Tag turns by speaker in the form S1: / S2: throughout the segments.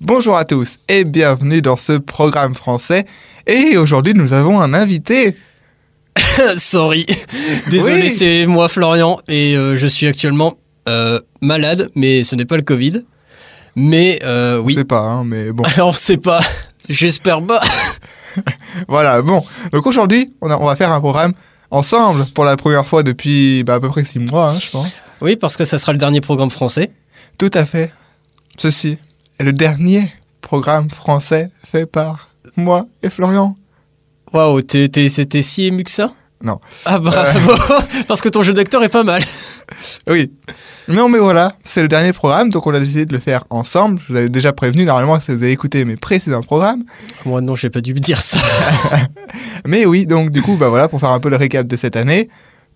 S1: Bonjour à tous et bienvenue dans ce programme français. Et aujourd'hui, nous avons un invité.
S2: Sorry. Désolé,
S1: Oui.
S2: c'est moi Florian et euh, je suis actuellement euh, malade, mais ce n'est pas le Covid. Mais euh,
S1: Je
S2: oui,
S1: sais pas, hein, mais bon.
S2: alors c'est pas. J'espère pas.
S1: voilà, bon. Donc aujourd'hui, on, a- on va faire un programme ensemble pour la première fois depuis bah, à peu près six mois, hein, je pense.
S2: Oui, parce que ça sera le dernier programme français.
S1: Tout à fait. Ceci est le dernier programme français fait par moi et Florian.
S2: Waouh, t'es- t'es- c'était si ému que ça
S1: Non. Euh.
S2: Ah bravo Parce que ton jeu d'acteur est pas mal.
S1: Oui. Non, mais voilà, c'est le dernier programme, donc on a décidé de le faire ensemble. Je vous avais déjà prévenu, normalement, si vous avez écouté mes précédents programmes.
S2: Moi non, j'ai pas dû me dire ça.
S1: Mais oui, donc du coup, bah voilà, pour faire un peu le récap de cette année,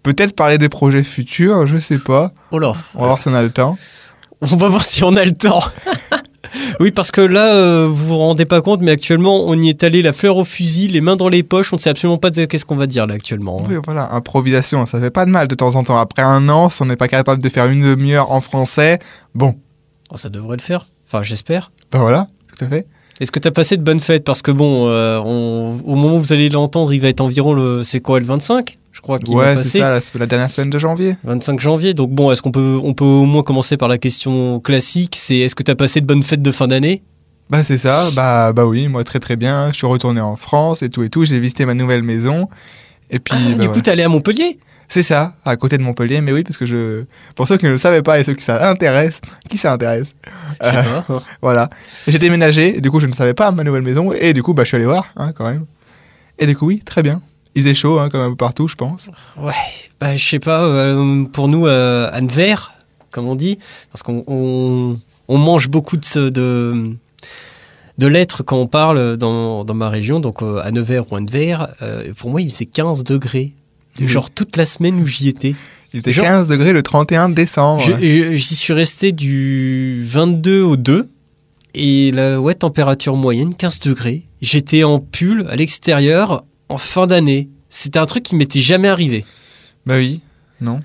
S1: peut-être parler des projets futurs, je sais pas.
S2: Oh là,
S1: On va voir si on a le temps.
S2: on va voir si on a le temps. oui, parce que là, euh, vous vous rendez pas compte, mais actuellement, on y est allé la fleur au fusil, les mains dans les poches. On ne sait absolument pas de- qu'est-ce qu'on va dire là actuellement. hein.
S1: Oui, voilà, improvisation, ça fait pas de mal de temps en temps. Après un an, si on n'est pas capable de faire une demi-heure en français, bon,
S2: Oh, ça devrait le faire. Enfin, j'espère.
S1: bah voilà, tout à fait.
S2: Est-ce que t'as passé de bonnes fêtes Parce que bon, euh, on- au moment où vous allez l'entendre, il va être environ le. C'est quoi le 25 Je crois qu'il va
S1: Ouais,
S2: passer.
S1: c'est ça, la, la dernière semaine de janvier.
S2: 25 janvier. Donc bon, est-ce qu'on peut, on peut au moins commencer par la question classique C'est est-ce que t'as passé de bonnes fêtes de fin d'année
S1: Bah c'est ça, bah, bah oui, moi très très bien, je suis retourné en France et tout et tout, j'ai visité ma nouvelle maison. Et puis, bah,
S2: Du
S1: voilà.
S2: coup, t'es allé à Montpellier
S1: C'est ça, à côté de Montpellier, mais oui, parce que je. Pour ceux qui ne le savaient pas et ceux qui ça intéresse, qui ça intéresse,
S2: Je sais pas.
S1: voilà. J'ai déménagé, et du coup, je ne savais pas ma nouvelle maison, et du coup, bah, je suis allé voir, hein, quand même. Et du coup, oui, très bien. Il faisait chaud, hein, comme un peu partout, je pense.
S2: Bah, je sais pas. euh, pour nous, euh, Anvers, comme on dit, parce qu'on on, on mange beaucoup de, ce- de, de lettres quand on parle dans, dans ma région, donc euh, à Nevers ou Anvers, euh, pour moi, il faisait 15 degrés.
S1: Oui.
S2: Genre toute la semaine où j'y étais.
S1: Il faisait
S2: Genre-
S1: 15 degrés le 31 décembre.
S2: Je- je- J'y suis resté du 22 au 2. Et la ouais, température moyenne, 15 degrés. J'étais en pull à l'extérieur en fin d'année. C'était un truc qui m'était jamais arrivé.
S1: Bah oui, non.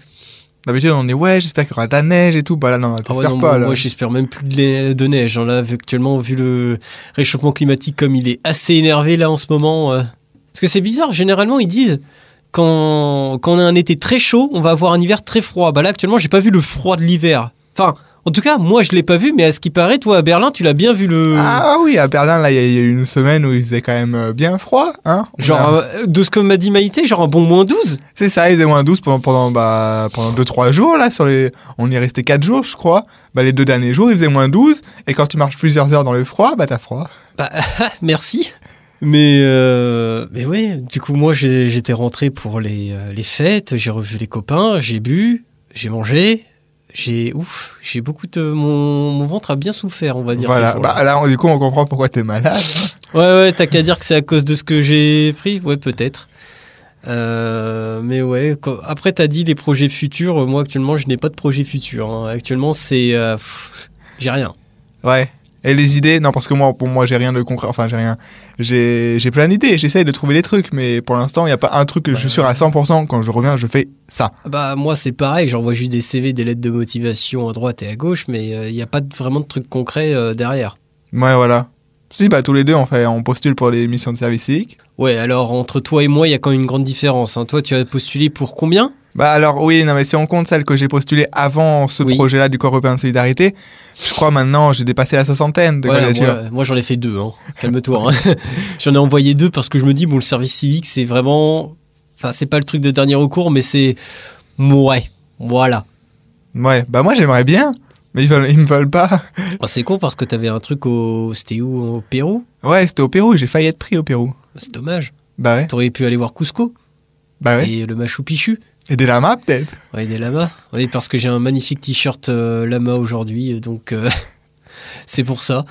S1: D'habitude, on est, ouais, j'espère qu'il y aura de la neige et tout. Bah là, non,
S2: Ah ouais,
S1: t'espères
S2: non,
S1: pas,
S2: moi,
S1: là.
S2: moi, j'espère même plus de, la- de neige. hein. là, vu- actuellement, vu le réchauffement climatique, comme il est assez énervé là en ce moment. euh. Parce que c'est bizarre, généralement, ils disent quand, quand on a un été très chaud, on va avoir un hiver très froid. Bah là, actuellement, j'ai pas vu le froid de l'hiver. Enfin, en tout cas, moi, je l'ai pas vu, mais à ce qui paraît, toi, à Berlin, tu l'as bien vu le.
S1: Ah oui, à Berlin, là, il y a- il y a eu une semaine où il faisait quand même euh, bien froid, hein. On
S2: Genre,
S1: a-
S2: euh, de ce que m'a dit Maïté, genre un bon moins 12
S1: C'est ça, ils étaient moins 12 pendant, pendant, bah, pendant 2-3 jours. Là, sur les... On y est resté 4 jours, je crois. Bah, les deux derniers jours, ils faisaient moins 12. Et quand tu marches plusieurs heures dans le froid, bah t'as froid.
S2: Merci. Mais, euh, mais ouais, du coup, moi, j'ai- j'étais rentré pour les, euh, les fêtes, j'ai revu les copains, j'ai bu, j'ai mangé, j'ai. Ouf, j'ai beaucoup de. Mon, mon ventre a bien souffert, on va dire. ces
S1: Voilà.
S2: jours-là.
S1: Bah, là, on- du coup, on comprend pourquoi t'es malade.
S2: Ouais, ouais, t'as qu'à dire que c'est à cause de ce que j'ai pris Ouais, peut-être. Euh, mais ouais, quand- après, t'as dit les projets futurs. Moi, actuellement, je n'ai pas de projet futur. hein. Actuellement, c'est. euh, pff, j'ai rien.
S1: Ouais. Et les idées Non, parce que moi, pour moi, j'ai rien de concret. Enfin, j'ai rien. J'ai j'ai plein d'idées. J'essaye de trouver des trucs. Mais pour l'instant, il n'y a pas un truc que je suis sûr à 100%. Quand je reviens, je fais ça.
S2: Bah moi c'est pareil, j'envoie juste des CV, des lettres de motivation à droite et à gauche, mais il n'y a pas de- vraiment de truc concret euh, derrière.
S1: Ouais, voilà. Si, bah, tous les deux, on, fait, on postule pour les missions de service civique.
S2: Ouais, alors entre toi et moi, il y a quand même une grande différence. hein. Toi, tu as postulé pour combien
S1: Bah alors oui, non mais si on compte celle que j'ai postulée avant ce
S2: Oui.
S1: projet-là du Corps européen de solidarité, je crois maintenant j'ai dépassé la soixantaine de
S2: Voilà,
S1: candidatures.
S2: Moi, moi, j'en ai fait deux, hein. calme-toi. hein. j'en ai envoyé deux parce que je me dis, bon, le service civique, c'est vraiment... Enfin, c'est pas le truc de dernier recours, mais c'est... Ouais, voilà.
S1: Ouais, bah moi j'aimerais bien, mais ils, veulent, ils me veulent pas.
S2: Ah, C'est con parce que t'avais un truc au... C'était où Au Pérou
S1: Ouais, c'était au Pérou, j'ai failli être pris au Pérou.
S2: C'est dommage.
S1: Bah ouais,
S2: T'aurais pu aller voir Cusco
S1: bah ouais.
S2: et le Machu Picchu.
S1: Et des lamas peut-être
S2: Oui, des lamas. Oui, parce que j'ai un magnifique t-shirt euh, lama aujourd'hui, donc euh, c'est pour ça.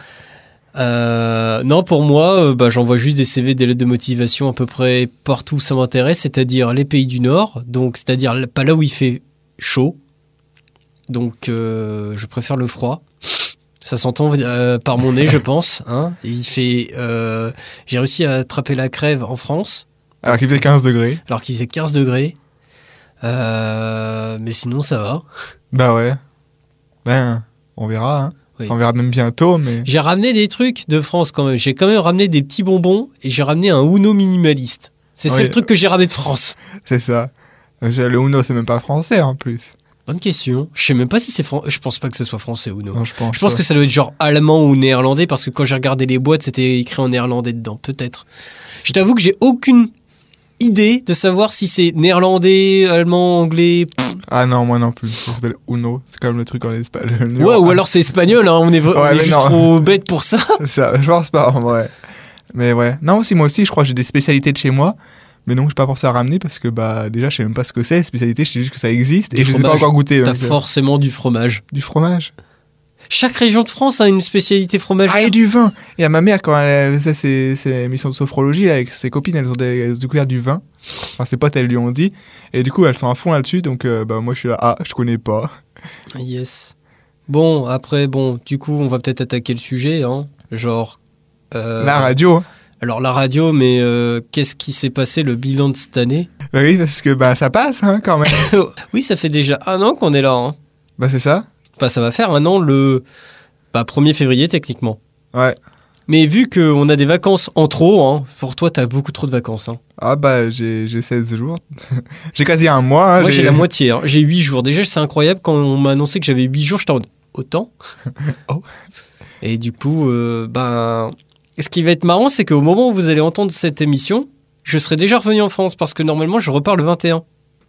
S2: Euh, non, pour moi, euh, bah, j'envoie juste des CV, des lettres de motivation à peu près partout où ça m'intéresse, c'est-à-dire les pays du Nord, donc c'est-à-dire là- pas là où il fait chaud. Donc euh, je préfère le froid. Ça s'entend euh, par mon nez, je pense. Hein. Il fait. euh, j'ai réussi à attraper la crève en France
S1: Alors qu'il fait 15 degrés.
S2: alors qu'il faisait 15 degrés. Euh, mais sinon, ça va.
S1: Bah ouais. Ben, on verra. Hein.
S2: Oui.
S1: On verra même bientôt, mais.
S2: J'ai ramené des trucs de France quand même. J'ai quand même ramené des petits bonbons et j'ai ramené un Uno minimaliste. C'est le
S1: Oui.
S2: seul truc que j'ai ramené de France.
S1: C'est ça. Euh, j'ai- Le Uno, c'est même pas français en plus.
S2: Bonne question. Je sais même pas si c'est français. Je pense pas que ce soit français Uno.
S1: Non, je pense.
S2: Je pense que ça doit être genre allemand ou néerlandais parce que quand j'ai regardé les boîtes, c'était écrit en néerlandais dedans, peut-être. Je t'avoue que j'ai aucune idée de savoir si c'est néerlandais, allemand, anglais. pff,
S1: Ah non, moi non plus. Ça s'appelle Uno. C'est quand même le truc en Espagne. le
S2: ouais,
S1: numéro
S2: ou
S1: un.
S2: alors c'est espagnol, hein, on est, vra- on
S1: Ouais,
S2: est
S1: mais
S2: juste
S1: non.
S2: trop bête pour ça.
S1: Ça, je pense pas en vrai. Mais ouais. Non, aussi, moi aussi, je crois que j'ai des spécialités de chez moi. Mais donc, je pas pensé à ramener parce que bah, déjà, je sais même pas ce que c'est. Spécialité, je sais juste que ça existe
S2: Du
S1: et je les ai pas
S2: fromage.
S1: encore goûté.
S2: T'as
S1: donc, euh,
S2: forcément du fromage.
S1: du fromage.
S2: Chaque région de France a une spécialité fromage.
S1: Ah, et du vin. Et à ma mère, quand elle faisait ses, ses missions de sophrologie là, avec ses copines, elles ont, des- elles ont découvert du vin. Enfin, ses potes, elles lui ont dit. Et du coup, elles sont à fond là-dessus. Donc, euh, bah, moi, je suis là. Ah, je connais pas.
S2: Yes. Bon, après, bon, du coup, on va peut-être attaquer le sujet, hein. Genre. euh,
S1: La radio. hein.
S2: Alors, la radio, mais euh, qu'est-ce qui s'est passé, le bilan de cette année
S1: Bah oui, parce que bah, ça passe hein, quand même.
S2: Oui, ça fait déjà un an qu'on est là, hein.
S1: bah, c'est ça.
S2: Bah, ça va faire un an le bah, 1er février, techniquement.
S1: Ouais.
S2: Mais vu qu'on a des vacances en trop, hein, pour toi, t'as beaucoup trop de vacances. hein.
S1: Ah, bah, j'ai j'ai 16 jours. j'ai quasi un mois. hein,
S2: Moi, j'ai la moitié. hein. J'ai 8 jours. Déjà, c'est incroyable. Quand on m'a annoncé que j'avais 8 jours, j'étais en mode, autant.
S1: Oh.
S2: Et du coup, euh, ben. Ce qui va être marrant, c'est qu'au moment où vous allez entendre cette émission, je serai déjà revenu en France parce que normalement, je repars le 21.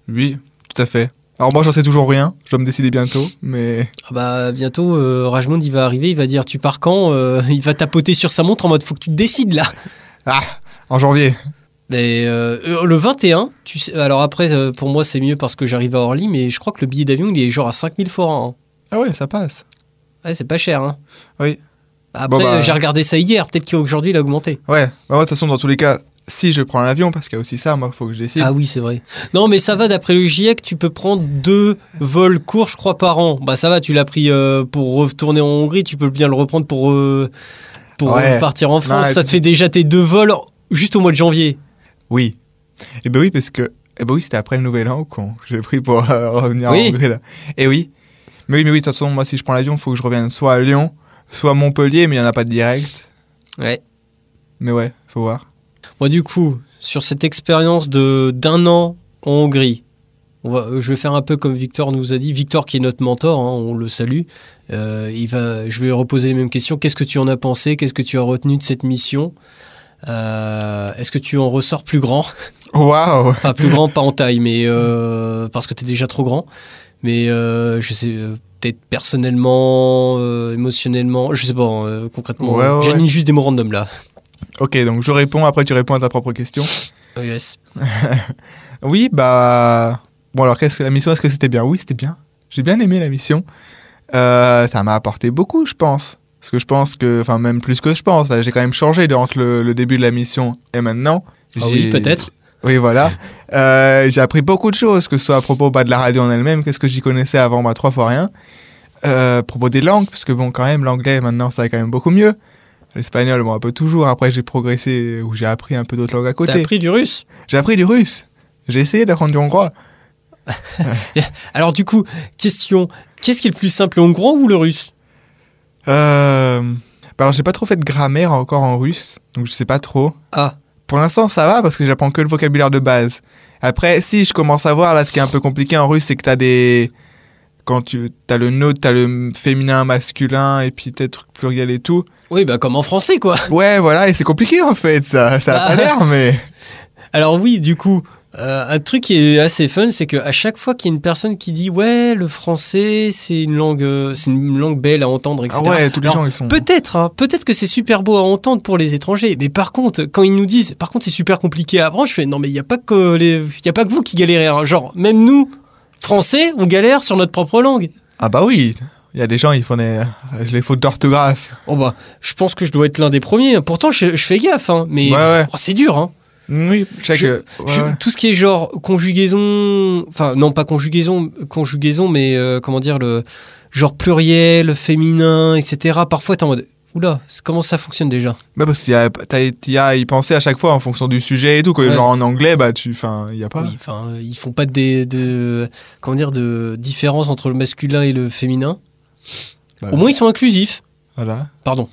S1: Oui, tout à fait. Alors moi, j'en sais toujours rien. Je dois me décider bientôt, mais
S2: Ah bah, bientôt, euh, Rajmond, il va arriver. Il va dire, tu pars quand Euh, Il va tapoter sur sa montre en mode, faut que tu te décides là.
S1: en janvier.
S2: Mais, euh, le 21, tu sais- alors après, euh, pour moi, c'est mieux parce que j'arrive à Orly, mais je crois que le billet d'avion, il est genre à 5000 forains. hein.
S1: Ah ouais, ça passe.
S2: Ouais, c'est pas cher. hein.
S1: Oui.
S2: Après,
S1: Bon, bah,
S2: euh, j'ai regardé ça hier, peut-être qu'aujourd'hui, il a augmenté.
S1: Ouais, bah moi, de toute façon, dans tous les cas, si je prends l'avion, parce qu'il y a aussi ça, moi, faut que je décide.
S2: Ah oui, c'est vrai. Non, mais ça va, d'après le GIEC, tu peux prendre deux vols courts, je crois, par an. Bah, ça va, tu l'as pris euh, pour retourner en Hongrie, tu peux bien le reprendre pour, euh, pour
S1: Ouais.
S2: euh, partir en France.
S1: et
S2: ça te
S1: puis-
S2: fait déjà tes deux vols juste au mois de janvier.
S1: Oui. Et ben oui, parce que... Et ben oui, c'était après le Nouvel An quand j'ai pris pour euh, revenir
S2: Oui.
S1: en Hongrie, là. Et oui. Mais oui, mais oui, de toute façon, moi, si je prends l'avion, faut que je revienne soit à Lyon, soit à Montpellier, mais il n'y en a pas de direct.
S2: Ouais.
S1: Mais ouais, faut voir.
S2: Moi, du coup, sur cette expérience de d'un an en Hongrie, on va- euh, je vais faire un peu comme Victor nous a dit. Victor, qui est notre mentor, hein, on le salue. euh, il va, je vais lui reposer les mêmes questions. Qu'est-ce que tu en as pensé Qu'est-ce que tu as retenu de cette mission Euh, Est-ce que tu en ressors plus grand
S1: Waouh
S2: Enfin, plus grand, pas en taille, mais euh, parce que tu es déjà trop grand. Mais euh, je sais, euh, peut-être personnellement, euh, émotionnellement, je sais pas, euh, concrètement.
S1: Ouais, ouais,
S2: J'aligne juste des mots random là.
S1: Ok, donc je réponds, après tu réponds à ta propre question.
S2: Yes.
S1: Oui, bah. Bon, alors, qu'est-ce que la mission Est-ce que c'était bien Oui, c'était bien. J'ai bien aimé la mission. Euh, ça m'a apporté beaucoup, je pense. Parce que je pense que. Enfin, même plus que je pense. Là, J'ai quand même changé de- entre le, le début de la mission et maintenant.
S2: Ah
S1: J'ai-
S2: oui, peut-être.
S1: Oui, voilà. Euh, J'ai appris beaucoup de choses, que ce soit à propos bah, de la radio en elle-même, qu'est-ce que j'y connaissais avant, bah, trois fois rien. Euh, à propos des langues, parce que bon, quand même, l'anglais, maintenant, ça va quand même beaucoup mieux. L'espagnol, bon, un peu toujours. Après, j'ai progressé, ou j'ai appris un peu d'autres langues à
S2: T'as
S1: côté.
S2: appris du russe
S1: J'ai appris du russe. J'ai essayé d'apprendre du hongrois.
S2: Alors du coup, question, qu'est-ce qui est le plus simple, le hongrois ou le russe
S1: Euh... bah alors j'ai pas trop fait de grammaire encore en russe, donc je sais pas trop.
S2: Ah,
S1: Pour l'instant ça va parce que j'apprends que le vocabulaire de base. Après si je commence à voir là ce qui est un peu compliqué en russe c'est que t'as des... Quand tu as le neutre, t'as le féminin, masculin et puis peut-être pluriel et tout.
S2: oui, bah comme en français quoi.
S1: Ouais voilà et c'est compliqué en fait ça, ça a
S2: Bah,
S1: pas l'air mais...
S2: Alors oui, du coup, euh, un truc qui est assez fun, c'est que à chaque fois qu'il y a une personne qui dit ouais, le français, c'est une langue, euh, c'est une langue belle à entendre, etc.
S1: Ah ouais tous les
S2: Alors,
S1: gens ils sont...
S2: Peut-être, hein, peut-être que c'est super beau à entendre pour les étrangers, mais par contre, quand ils nous disent, par contre, c'est super compliqué à apprendre, je fais non, mais il n'y a pas que les, il y a pas que vous qui galérez, hein. genre même nous, français, on galère sur notre propre langue.
S1: Ah bah oui il y a des gens, ils font des... les fautes d'orthographe.
S2: Oh bah, je pense que je dois être l'un des premiers. Pourtant, je, je fais gaffe, hein, mais
S1: Ouais, ouais.
S2: Oh, c'est dur. Hein.
S1: Oui, chaque...
S2: Je-
S1: ouais,
S2: Je-
S1: ouais.
S2: Tout ce qui est genre conjugaison, enfin non pas conjugaison, conjugaison, mais euh, comment dire le genre pluriel, féminin, etc. Parfois, t'es en mode oula, c'est- comment ça fonctionne déjà
S1: Bah parce qu'il y a, t'as- t'y as à y penser à chaque fois en fonction du sujet et tout. Quoi.
S2: Ouais.
S1: Genre en anglais, bah tu, enfin, il y a pas.
S2: Oui, Enfin, euh, ils font pas de, dé- de comment dire de différence entre le masculin et le féminin.
S1: Bah,
S2: Au moins, ils sont inclusifs.
S1: Voilà.
S2: Pardon.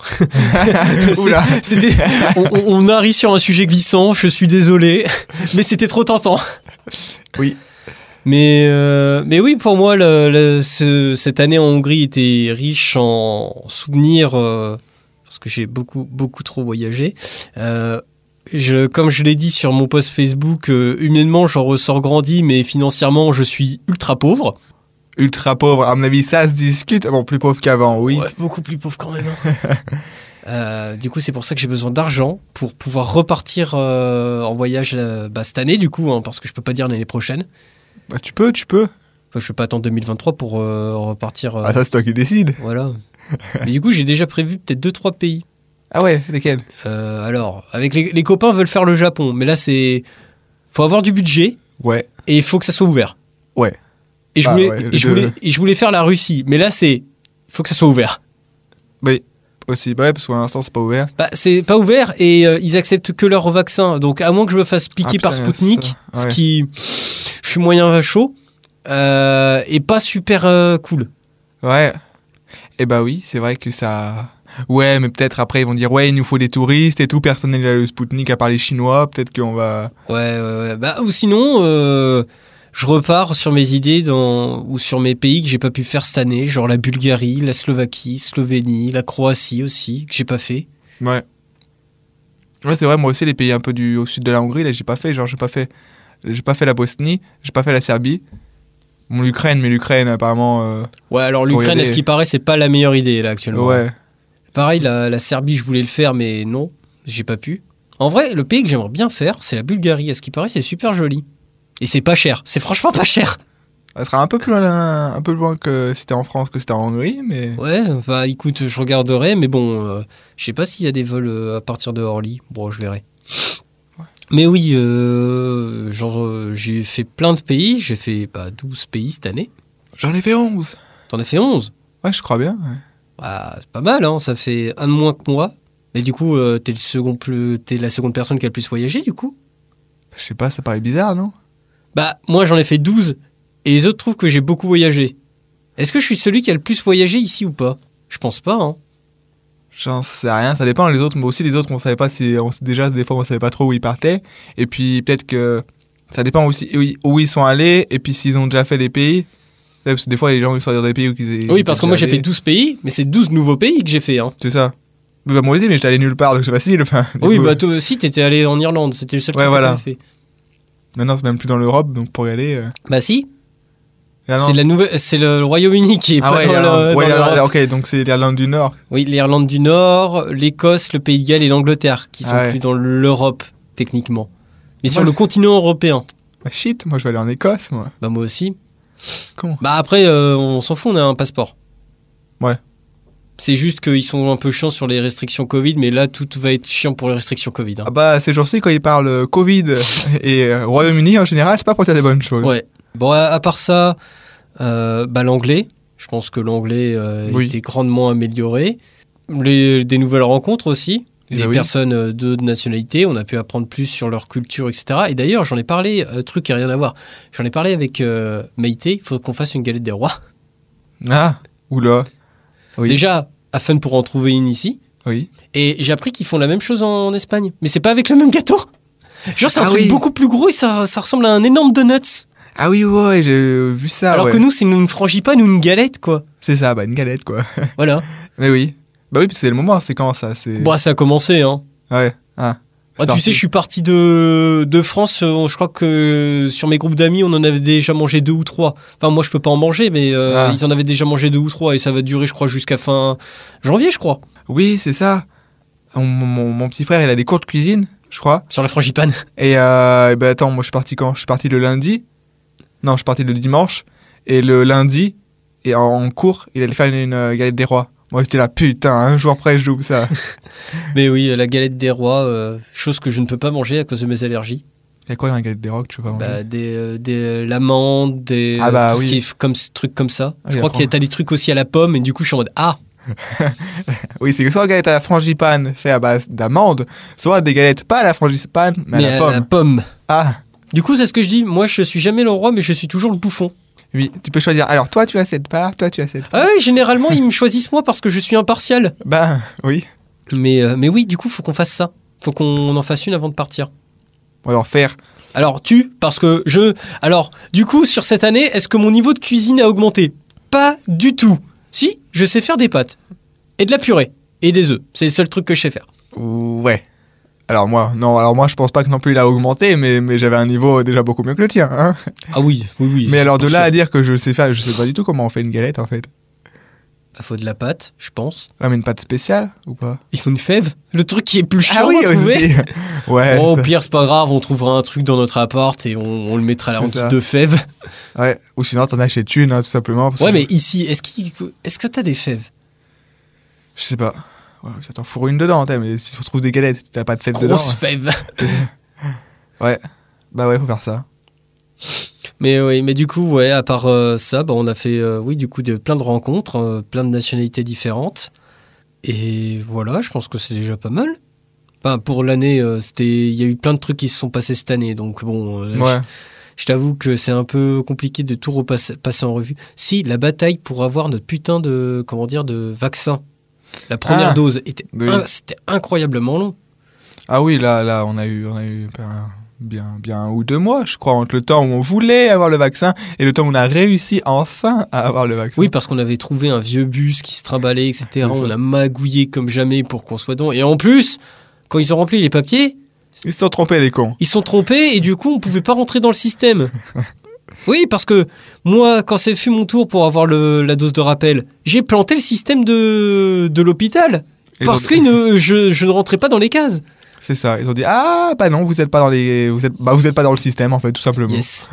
S1: Oula.
S2: C'était. On, on- on arrive sur un sujet glissant. Je suis désolé, mais c'était trop tentant.
S1: Oui.
S2: Mais euh, mais oui, pour moi, le- le- ce- cette année en Hongrie était riche en souvenirs euh, parce que j'ai beaucoup beaucoup trop voyagé. Euh, je, comme je l'ai dit sur mon post Facebook, euh, humainement, j'en ressors grandi, mais financièrement, je suis ultra pauvre.
S1: Ultra pauvre, à mon avis, ça se discute. Bon, plus pauvre qu'avant, oui.
S2: Ouais, beaucoup plus pauvre quand même. hein. Euh, du coup, c'est pour ça que j'ai besoin d'argent pour pouvoir repartir euh, en voyage euh, bah, cette année, du coup, hein, parce que je peux pas dire l'année prochaine.
S1: Bah, tu peux, tu peux.
S2: Enfin, je peux pas attendre 2023 pour euh, repartir. euh,
S1: Ah, ça, c'est toi qui décides.
S2: Voilà. Mais du coup, j'ai déjà prévu peut-être deux trois pays.
S1: Ah ouais, lesquels
S2: Euh, alors, avec les, les copains veulent faire le Japon, mais là, c'est faut avoir du budget
S1: Ouais.
S2: et il faut que ça soit ouvert.
S1: Ouais.
S2: Et je
S1: Ah
S2: voulais,
S1: ouais,
S2: et
S1: les deux.
S2: je voulais, et je voulais faire la Russie, mais là, c'est faut que ça soit ouvert.
S1: Aussi, bah ouais, parce que pour l'instant, c'est pas ouvert.
S2: Bah, c'est pas ouvert et euh, ils acceptent que leur vaccin. Donc, à moins que je me fasse piquer
S1: Ah, putain,
S2: par
S1: il y a
S2: Spoutnik,
S1: ça. Ouais.
S2: ce qui. Je suis moyen chaud euh, et pas super euh, cool.
S1: Ouais. Eh bah oui, c'est vrai que ça. Ouais, mais peut-être après, ils vont dire, ouais, il nous faut des touristes et tout. Personne n'est là, le Spoutnik, à part les Chinois. Peut-être qu'on va.
S2: Ouais, ouais, ouais. Bah, ou sinon, euh, je repars sur mes idées dans, ou sur mes pays que j'ai pas pu faire cette année, genre la Bulgarie, la Slovaquie, Slovénie, la Croatie aussi, que j'ai pas fait.
S1: Ouais. Ouais, c'est vrai, moi aussi, les pays un peu du... au sud de la Hongrie, là, j'ai pas fait. Genre, j'ai pas fait. J'ai pas fait la Bosnie, j'ai pas fait la Serbie. Bon, l'Ukraine, mais l'Ukraine, apparemment. euh,
S2: Ouais, alors
S1: Faut
S2: l'Ukraine,
S1: regarder.
S2: à ce qui paraît, c'est pas la meilleure idée là actuellement.
S1: Ouais.
S2: Pareil, la, la Serbie, je voulais le faire, mais non, j'ai pas pu. En vrai, le pays que j'aimerais bien faire, c'est la Bulgarie. À ce qui paraît, c'est super joli. Et c'est pas cher. C'est franchement pas cher.
S1: Ça sera un peu plus loin, un peu loin que c'était en France, que c'était en Hongrie, mais.
S2: Ouais, bah écoute, je regarderai, mais bon, euh, je sais pas s'il y a des vols euh, à partir de Orly. Bon, je verrai. Mais oui, euh, genre, euh, j'ai fait plein de pays. J'ai fait bah, 12 pays cette année.
S1: J'en ai fait 11.
S2: T'en as fait 11.
S1: Ouais, je crois bien.
S2: Bah, c'est pas mal, hein. Ça fait un de moins que moi. Mais du coup, euh, t'es le second plus, t'es la seconde personne qui a le plus voyagé, du coup.
S1: Je sais pas, ça paraît bizarre, non
S2: Bah, moi j'en ai fait 12 et les autres trouvent que j'ai beaucoup voyagé. Est-ce que je suis celui qui a le plus voyagé ici ou pas Je pense pas, hein.
S1: J'en sais rien, ça dépend les autres, mais aussi les autres, on savait pas si. On, déjà, des fois, on savait pas trop où ils partaient. Et puis, peut-être que. Ça dépend aussi où ils- où ils sont allés, et puis s'ils ont déjà fait les pays. Ouais, Parce que des fois, les gens, ils sont allés dans des pays où ils. ils
S2: oui,
S1: étaient
S2: parce que
S1: déjà
S2: moi j'ai fait
S1: allés.
S2: 12 pays, mais c'est 12 nouveaux pays que j'ai fait, hein.
S1: C'est ça. Mais bah, moi aussi, mais j'étais allé nulle part, donc c'est facile. enfin, du
S2: Oui,
S1: coup, euh,
S2: bah toi aussi t'étais allé en Irlande, c'était le seul
S1: Ouais,
S2: truc
S1: voilà.
S2: que t'avais fait.
S1: Maintenant, c'est même plus dans l'Europe, donc pour y aller. euh,
S2: Bah si,
S1: là, Ah non.
S2: c'est la nouvelle, c'est le Royaume-Uni qui est
S1: Ah
S2: pas
S1: ouais,
S2: dans
S1: l'Irlande.
S2: le-
S1: Ouais,
S2: dans
S1: l'Irlande,
S2: l'Europe.
S1: ok, donc c'est l'Irlande du Nord.
S2: Oui, l'Irlande du Nord, l'Écosse, le Pays de Galles et l'Angleterre qui sont
S1: Ah ouais.
S2: plus dans l'Europe techniquement, mais sur
S1: Moi,
S2: le continent européen.
S1: Bah shit, moi je vais aller en Écosse, moi.
S2: Bah moi aussi.
S1: Comment
S2: Bah après, euh, on s'en fout, on a un passeport.
S1: Ouais.
S2: C'est juste qu'ils sont un peu chiants sur les restrictions Covid, mais là, tout va être chiant pour les restrictions Covid. hein.
S1: Ah bah ces jours-ci, quand ils parlent euh, Covid et euh, Royaume-Uni en général, c'est pas pour dire des bonnes choses.
S2: ouais. Bon, à, à part ça, euh, bah, l'anglais. Je pense que l'anglais euh,
S1: Oui.
S2: était grandement amélioré. Les, des nouvelles rencontres aussi.
S1: Eh
S2: Des
S1: bah oui.
S2: personnes euh, de nationalité, on a pu apprendre plus sur leur culture, etc. Et d'ailleurs, j'en ai parlé, euh, truc qui n'a rien à voir, j'en ai parlé avec euh, Maïté, il faut qu'on fasse une galette des rois.
S1: Ah, oula, Oui.
S2: Déjà, afin pour en trouver une ici,
S1: oui.
S2: Et j'ai appris qu'ils font la même chose en Espagne. Mais c'est pas avec le même gâteau. Genre, c'est un
S1: Ah
S2: truc
S1: oui.
S2: beaucoup plus gros et ça, ça ressemble à un énorme donuts.
S1: Ah oui, ouais, j'ai vu ça,
S2: Alors
S1: Ah ouais.
S2: que nous, c'est une frangipane ou une galette, quoi.
S1: C'est ça, bah une galette, quoi.
S2: Voilà.
S1: Mais oui. Bah oui, parce que c'est le moment, c'est quand ça c'est...
S2: Bon, ça a commencé, hein.
S1: Ouais, ah.
S2: Ah, tu sais, je suis parti de, de France. euh, Je crois que sur mes groupes d'amis, on en avait déjà mangé deux ou trois. Enfin, moi, je peux pas en manger, mais euh,
S1: Ah.
S2: ils en avaient déjà mangé deux ou trois. Et ça va durer, je crois, jusqu'à fin janvier, je crois,
S1: Oui, c'est ça. Mon, mon- mon petit frère, il a des cours de cuisine, je crois.
S2: sur la frangipane.
S1: Et euh, et bah attends, moi je suis parti quand Je suis parti le lundi. Non, je suis parti le dimanche. Et le lundi, et en, en cours, il allait faire une, une, euh, galette des rois. Moi j'étais là, putain, un jour après je loupe ça.
S2: Mais oui, la galette des rois, euh, chose que je ne peux pas manger à cause de mes allergies.
S1: Il y a quoi dans la galette des rois que tu veux pas manger
S2: Bah, des, euh, des l'amande, des euh,
S1: Ah bah
S2: tout ce
S1: oui.
S2: qui est f- comme ce truc comme ça.
S1: Ah,
S2: je
S1: il
S2: crois
S1: apprend.
S2: qu'il y a t'as des trucs aussi à la pomme et du coup je suis en mode ah
S1: Oui, c'est que soit galette à la frangipane fait à base d'amandes, soit des galettes pas à la frangipane, mais,
S2: mais
S1: à la
S2: à
S1: pomme.
S2: la pomme.
S1: Ah,
S2: Du coup c'est ce que je dis. Moi je suis jamais le roi mais je suis toujours le bouffon.
S1: Oui, tu peux choisir. Alors, toi, tu as cette part, toi, tu as cette part.
S2: Ah ouais, généralement, ils me choisissent moi parce que je suis impartial.
S1: Ben, oui.
S2: Mais, euh, mais oui, du coup, faut qu'on fasse ça. Faut qu'on en fasse une avant de partir.
S1: Ou alors faire.
S2: Alors, tu, parce que je. Alors, du coup, sur cette année, est-ce que mon niveau de cuisine a augmenté Pas du tout. Si, je sais faire des pâtes. Et de la purée. Et des œufs. C'est le seul truc que je sais faire.
S1: Ouais. Alors moi, non, alors moi je pense pas que non plus il a augmenté, mais, mais j'avais un niveau déjà beaucoup mieux que le tien. hein.
S2: Ah oui, oui, oui.
S1: Mais alors de
S2: pour
S1: là
S2: ça.
S1: à dire que je sais faire, je sais pas du tout comment on fait une galette en fait.
S2: Il faut de la pâte, je pense.
S1: Ah mais une pâte spéciale ou pas
S2: Il faut une fève. Le truc qui est plus chiant
S1: Ah oui
S2: à trouver.
S1: aussi. ouais.
S2: Oh, au
S1: ça-
S2: pire, c'est pas grave, on trouvera un truc dans notre appart et on, on le mettra à la
S1: C'est
S2: hantise
S1: ça.
S2: de fèves.
S1: ouais. Ou sinon t'en achètes une hein, tout simplement. Parce
S2: Ouais,
S1: que
S2: mais ici, est-ce qu'il- est-ce que t'as des fèves
S1: Je sais pas. Ouais, ça t'en fourre une dedans, t'as, mais si tu retrouves des galettes, t'as pas de fête dedans.
S2: Grosse fève
S1: Bah ouais, faut faire ça.
S2: Mais oui, mais du coup, ouais, à part euh, ça, bah, on a fait, euh, oui, du coup, de, plein de rencontres, euh, plein de nationalités différentes. Et voilà, je pense que c'est déjà pas mal. Enfin, pour l'année, euh, c'était, il y a eu plein de trucs qui se sont passés cette année, donc bon, euh,
S1: ouais.
S2: je, je t'avoue que c'est un peu compliqué de tout repasser passer en revue. Si la bataille pour avoir notre putain de, comment dire, de vaccin, la première
S1: Ah,
S2: dose était,
S1: oui.
S2: in- c'était incroyablement long.
S1: Ah oui, là, là, on a eu, on a eu ben, bien, bien un ou deux mois, je crois, entre le temps où on voulait avoir le vaccin et le temps où on a réussi enfin à avoir le vaccin.
S2: Oui, parce qu'on avait trouvé un vieux bus qui se trimballait, etc. On a magouillé comme jamais pour qu'on soit dans. Et en plus, quand ils ont rempli les papiers,
S1: Ils se sont trompés, les cons.
S2: ils sont trompés et du coup, on pouvait pas rentrer dans le système. Oui, parce que moi, quand c'est fut mon tour pour avoir le- la dose de rappel, j'ai planté le système de, de l'hôpital
S1: Ils
S2: parce
S1: ont-
S2: que ne- je, je ne rentrais pas dans les cases.
S1: C'est ça. Ils ont dit ah bah non, vous êtes pas dans les, vous êtes, bah vous êtes pas dans le système en fait, tout simplement.
S2: Yes.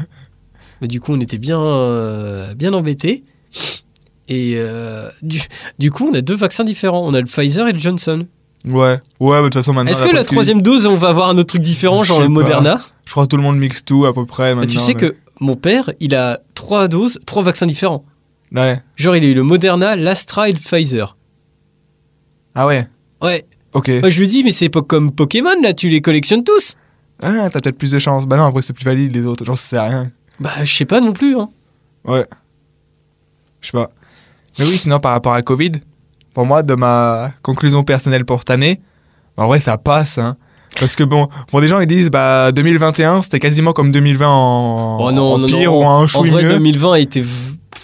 S2: Mais du coup, on était bien, euh, bien embêtés. Et euh, du, du coup, on a deux vaccins différents. On a le Pfizer et le Johnson.
S1: Ouais, ouais, mais de toute façon maintenant.
S2: Est-ce
S1: la
S2: que la
S1: poste-
S2: troisième dose, on va avoir un autre truc différent,
S1: Je
S2: genre
S1: sais
S2: le
S1: pas.
S2: Moderna
S1: Je crois que tout le monde mixe tout à peu près
S2: Bah,
S1: maintenant.
S2: Tu sais
S1: mais-
S2: que mon père, il a trois doses, trois vaccins différents.
S1: Ouais.
S2: Genre, il a eu le Moderna, l'Astra et le Pfizer.
S1: Ah ouais.
S2: Ouais.
S1: Ok.
S2: Moi, je lui dis, mais c'est pas comme Pokémon, là, tu les collectionnes tous
S1: Ah, t'as peut-être plus de chance. Bah non, après c'est plus valide les autres. J'en sais rien.
S2: Bah, je sais pas non plus. Hein.
S1: Je sais pas. Mais oui, sinon, par rapport à Covid, pour moi, de ma conclusion personnelle pour cette année, bah, en vrai, ça passe. hein. Parce que bon, bon, des gens ils disent bah 2021 c'était quasiment comme 2020 en,
S2: Oh non,
S1: en
S2: non,
S1: pire
S2: non.
S1: ou en
S2: En
S1: chouille
S2: vrai,
S1: mieux.
S2: 2020 était v-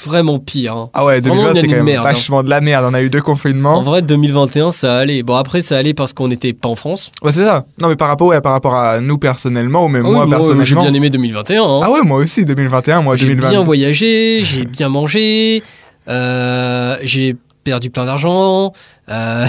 S2: vraiment pire. hein.
S1: Ah ouais,
S2: Vraiment,
S1: 2020
S2: il y a
S1: c'était
S2: de
S1: quand même
S2: merde, hein.
S1: vachement de la merde. On a eu deux confinements.
S2: En vrai, 2021, ça allait. Bon, après, ça allait parce qu'on n'était pas en France.
S1: Ouais, c'est ça. Non, mais par rapport, ouais, par rapport à nous personnellement ou même
S2: Ah oui,
S1: moi,
S2: j'ai
S1: personnellement.
S2: bien aimé 2021. hein.
S1: Ah ouais, moi aussi 2021, moi
S2: J'ai bien
S1: 2020.
S2: voyagé, j'ai bien mangé, euh, j'ai perdu plein d'argent. euh,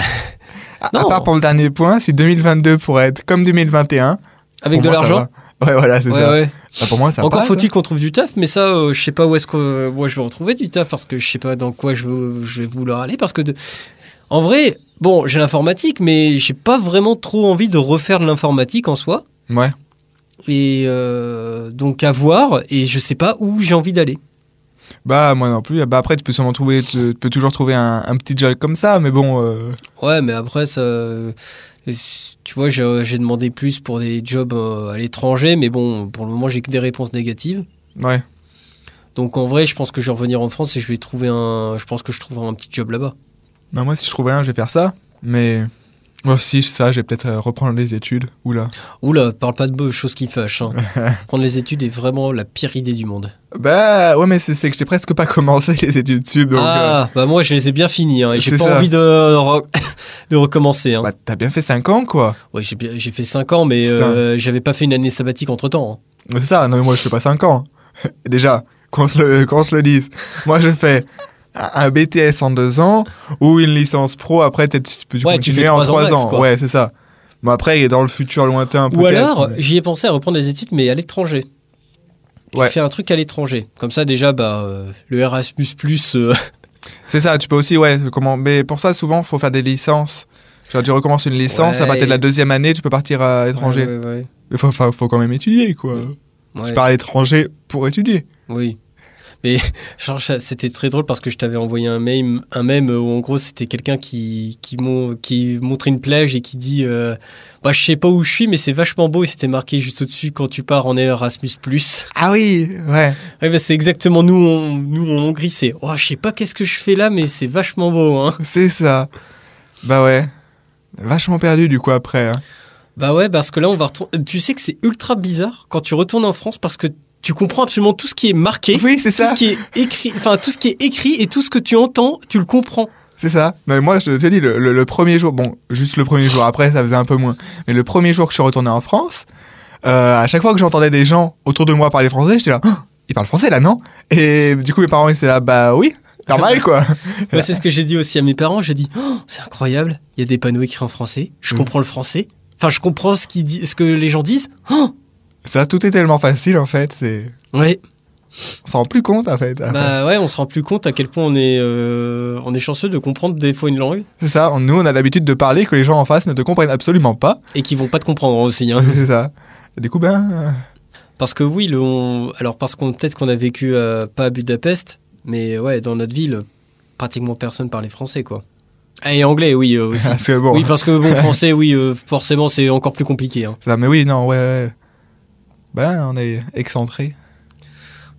S1: À-
S2: non.
S1: à part pour le dernier point, si 2022 pourrait être comme 2021
S2: avec
S1: pour
S2: de
S1: moi, ça
S2: l'argent.
S1: va. Ouais, voilà, c'est
S2: Ouais,
S1: ça.
S2: ouais.
S1: Bah, pour moi, ça
S2: Encore
S1: passe,
S2: faut-il qu'on trouve du taf, mais ça, euh, je sais pas où est-ce que euh, moi je vais retrouver du taf parce que je sais pas dans quoi je, veux- je vais vouloir aller parce que de- en vrai, bon, j'ai l'informatique, mais j'ai pas vraiment trop envie de refaire de l'informatique en soi.
S1: hein. Ouais.
S2: Et euh, donc à voir, et je sais pas où j'ai envie d'aller.
S1: Bah moi non plus. Bah après tu peux sûrement trouver, tu, tu peux toujours trouver un, un petit job comme ça, mais bon. euh,
S2: Ouais, mais après, ça. euh, Tu vois, j'ai j'ai demandé plus pour des jobs euh, à l'étranger, mais bon, pour le moment, j'ai que des réponses négatives.
S1: ouais.
S2: Donc en vrai, je pense que je vais revenir en France et je vais trouver un. Je pense que je trouverai un petit job là-bas.
S1: Non moi si je trouve rien, je vais faire ça. Mais moi si ça, je vais peut-être euh, reprendre les études. Oula.
S2: Oula, parle pas de beau, chose qui fâche. hein. Prendre les études est vraiment la pire idée du monde.
S1: Bah ouais mais c'est c'est que j'ai presque pas commencé les études sub donc. euh,
S2: ah, bah moi, je les ai bien finis, hein, et j'ai
S1: C'est
S2: pas
S1: ça.
S2: envie de, re- de recommencer. hein.
S1: Bah t'as bien fait 5 ans quoi.
S2: Ouais, j'ai bien- j'ai fait 5 ans, mais
S1: Putain.
S2: euh, j'avais pas fait une année sabbatique hein. entre temps.
S1: C'est ça. Non mais moi je fais pas 5 ans. Déjà qu'on se le qu'on se le dise. Moi je fais un un BTS en 2 ans ou une licence pro après peut-être tu peux
S2: Ouais,
S1: continuer
S2: tu fais
S1: en
S2: trois ans
S1: 3
S2: max,
S1: ans.
S2: quoi.
S1: Ouais c'est ça. Bon après dans le futur lointain peut-être.
S2: Ou alors,
S1: mais-
S2: j'y ai pensé à reprendre les études, mais à l'étranger. Tu
S1: Ouais.
S2: fais un truc à l'étranger. Comme ça, déjà, bah, euh, le Erasmus, euh,
S1: C'est ça, tu peux aussi, ouais, comment, mais pour ça, souvent, faut faire des licenses. Genre, tu recommences une licence, à
S2: Ouais,
S1: partir de
S2: et-
S1: la deuxième année, tu peux partir à l'étranger.
S2: Ouais, ouais,
S1: Mais faut, faut, faut quand même étudier, quoi.
S2: Ouais.
S1: Tu pars à l'étranger pour étudier.
S2: Oui. Mais genre, ça- c'était très drôle parce que je t'avais envoyé un meme, un meme où en gros c'était quelqu'un qui qui, mon- qui montrait une plage et qui dit euh, bah je sais pas où je suis mais c'est vachement beau et c'était marqué juste au-dessus quand tu pars en Erasmus+.
S1: Ah oui, ouais.
S2: Ouais, bah, c'est exactement nous on, nous en Hongrie c'est oh je sais pas qu'est-ce que je fais là mais c'est vachement beau hein.
S1: C'est ça. Bah ouais. Vachement perdu du coup après. hein.
S2: Bah ouais, parce que là, on va retourner. Tu sais que c'est ultra bizarre quand tu retournes en France parce que tu comprends absolument tout ce qui est marqué,
S1: Oui, c'est
S2: tout
S1: ça.
S2: ce qui est écrit, enfin tout ce qui est écrit et tout ce que tu entends, tu le comprends.
S1: C'est ça. Non, mais moi, je te dis, le, le- le premier jour, bon, juste le premier jour, après, ça faisait un peu moins. Mais le premier jour que je suis retourné en France, euh, à chaque fois que j'entendais des gens autour de moi parler français, j'étais là, Ah, ils parlent français là, non Et du coup, mes parents, ils étaient là, bah oui, normal quoi.
S2: Moi, c'est ce que j'ai dit aussi à mes parents. J'ai dit, Oh, c'est incroyable, il y a des panneaux écrits en français. Je
S1: Mm.
S2: comprends le français. Enfin, je comprends ce qui dit, ce que les gens disent. Oh,
S1: ça, tout est tellement facile en fait, c'est.
S2: ouais.
S1: On s'en rend plus compte en fait.
S2: Bah ouais, on se rend plus compte à quel point on est, euh, on est chanceux de comprendre des fois une langue
S1: C'est ça, on- nous, on a l'habitude de parler que les gens en face ne te comprennent absolument pas.
S2: et qui vont pas te comprendre aussi. Hein.
S1: c'est ça. Du coup, ben. euh,
S2: Parce que oui, le, on- alors parce qu'on peut-être qu'on a vécu euh, pas à Budapest, mais ouais, dans notre ville, pratiquement personne parlait français, quoi. Ah, Et anglais, oui euh, aussi.
S1: parce que bon.
S2: Oui, parce que bon, français, oui, euh, forcément, c'est encore plus compliqué. hein.
S1: c'est ça, mais oui, non, ouais, ouais. Ben, on est excentré.